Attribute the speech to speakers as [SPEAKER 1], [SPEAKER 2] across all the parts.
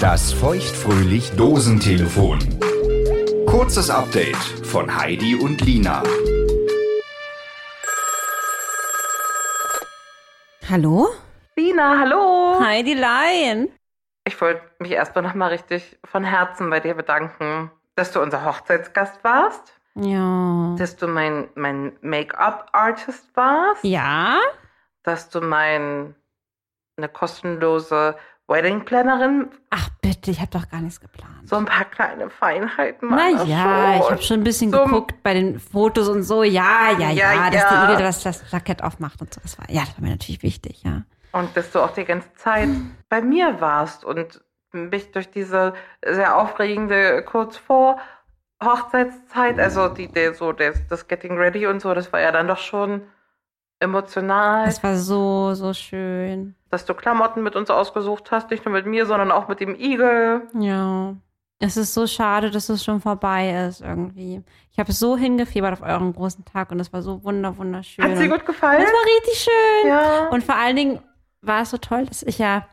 [SPEAKER 1] Das feuchtfröhlich Dosentelefon. Kurzes Update von Heidi und Lina.
[SPEAKER 2] Hallo?
[SPEAKER 3] Lina, hallo.
[SPEAKER 2] Heidi Lion.
[SPEAKER 3] Ich wollte mich erstmal nochmal richtig von Herzen bei dir bedanken, dass du unser Hochzeitsgast warst,
[SPEAKER 2] Ja.
[SPEAKER 3] dass du mein, mein Make-up-Artist warst,
[SPEAKER 2] Ja?
[SPEAKER 3] dass du mein eine kostenlose Wedding-Plannerin,
[SPEAKER 2] Ach bitte, ich habe doch gar nichts geplant.
[SPEAKER 3] so ein paar kleine Feinheiten waren das
[SPEAKER 2] naja, ich
[SPEAKER 3] schon.
[SPEAKER 2] habe schon ein bisschen
[SPEAKER 3] So-
[SPEAKER 2] geguckt bei den Fotos und so. Ja, ja, ja,
[SPEAKER 3] Ja,
[SPEAKER 2] dass
[SPEAKER 3] ja.
[SPEAKER 2] die Igel das, das Jackett aufmacht und so. Das war, ja, das war mir natürlich wichtig, ja.
[SPEAKER 3] Und dass du auch die ganze Zeit bei mir warst und mich durch diese sehr aufregende kurz vor Hochzeitszeit, also die, der, so das, das Getting Ready und so, das war ja dann doch schon emotional,
[SPEAKER 2] Das war so, so schön.
[SPEAKER 3] dass du Klamotten mit uns ausgesucht hast, nicht nur mit mir, sondern auch mit dem Igel.
[SPEAKER 2] Ja. Es ist so schade, dass es schon vorbei ist irgendwie. Ich habe so hingefiebert auf euren großen Tag und das war so wunder, wunderschön.
[SPEAKER 3] Hat sie
[SPEAKER 2] Und
[SPEAKER 3] gut gefallen?
[SPEAKER 2] Das war richtig schön.
[SPEAKER 3] Ja.
[SPEAKER 2] Und vor allen Dingen war es so toll, dass ich ja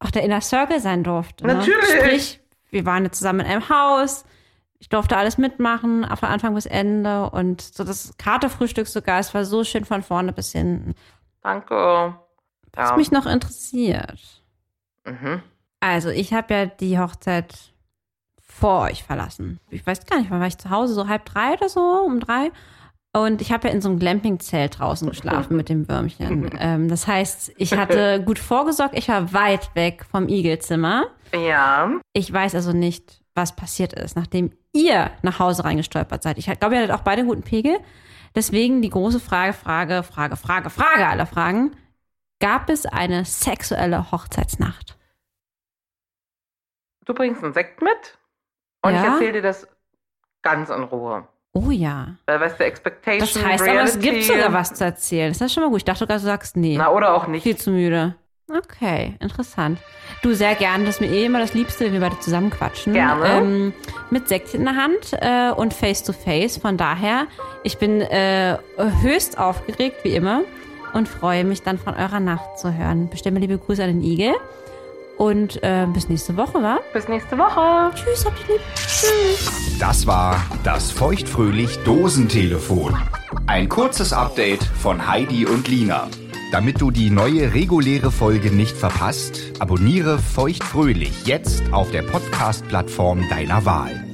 [SPEAKER 2] auch der Inner Circle sein durfte.
[SPEAKER 3] Natürlich.
[SPEAKER 2] Ne? Sprich, wir waren ja zusammen in einem Haus. Ich durfte alles mitmachen, von Anfang bis Ende. Und so das Katerfrühstück sogar, es war so schön von vorne bis hinten.
[SPEAKER 3] Danke.
[SPEAKER 2] Was
[SPEAKER 3] Ja.
[SPEAKER 2] mich noch interessiert.
[SPEAKER 3] Mhm.
[SPEAKER 2] Also, ich habe ja die Hochzeit vor euch verlassen. Ich weiß gar nicht, wann war ich zu Hause? So halb drei oder so, um drei. Und ich habe ja in so einem Glamping-Zelt draußen geschlafen mit dem Würmchen. Ähm, das heißt, ich hatte gut vorgesorgt. Ich war weit weg vom Igelzimmer.
[SPEAKER 3] Ja.
[SPEAKER 2] Ich weiß also nicht, was passiert ist, nachdem ihr nach Hause reingestolpert seid. Ich glaube, ihr hattet auch beide einen guten Pegel. Deswegen die große Frage, Frage, Frage, Frage, Frage aller Fragen. Gab es eine sexuelle Hochzeitsnacht?
[SPEAKER 3] Du bringst einen Sekt mit und ich
[SPEAKER 2] Ja.
[SPEAKER 3] erzähle dir das ganz in Ruhe.
[SPEAKER 2] Oh ja.
[SPEAKER 3] Weil, weißt du, Expectation,
[SPEAKER 2] Das heißt aber,
[SPEAKER 3] Reality,
[SPEAKER 2] es gibt sogar was zu erzählen. Ist das schon mal gut? Ich dachte sogar, du sagst nee.
[SPEAKER 3] Na, oder auch nicht.
[SPEAKER 2] Viel zu müde. Okay, interessant. Du, sehr gerne. Das ist mir eh immer das Liebste, wenn wir beide zusammen quatschen.
[SPEAKER 3] Gerne.
[SPEAKER 2] Ähm, mit Sekt in der Hand äh, und face to face. Von daher, ich bin äh, höchst aufgeregt, wie immer. Und freue mich dann von eurer Nacht zu hören. Bestimme liebe Grüße an den Igel. Und äh, bis nächste Woche, wa?
[SPEAKER 3] Bis nächste Woche.
[SPEAKER 2] Tschüss, habt ihr lieb. Tschüss.
[SPEAKER 1] Das war das feuchtfröhlich Dosentelefon. Ein kurzes Update von Heidi und Lina. Damit du die neue reguläre Folge nicht verpasst, abonniere feuchtfröhlich jetzt auf der Podcast-Plattform deiner Wahl.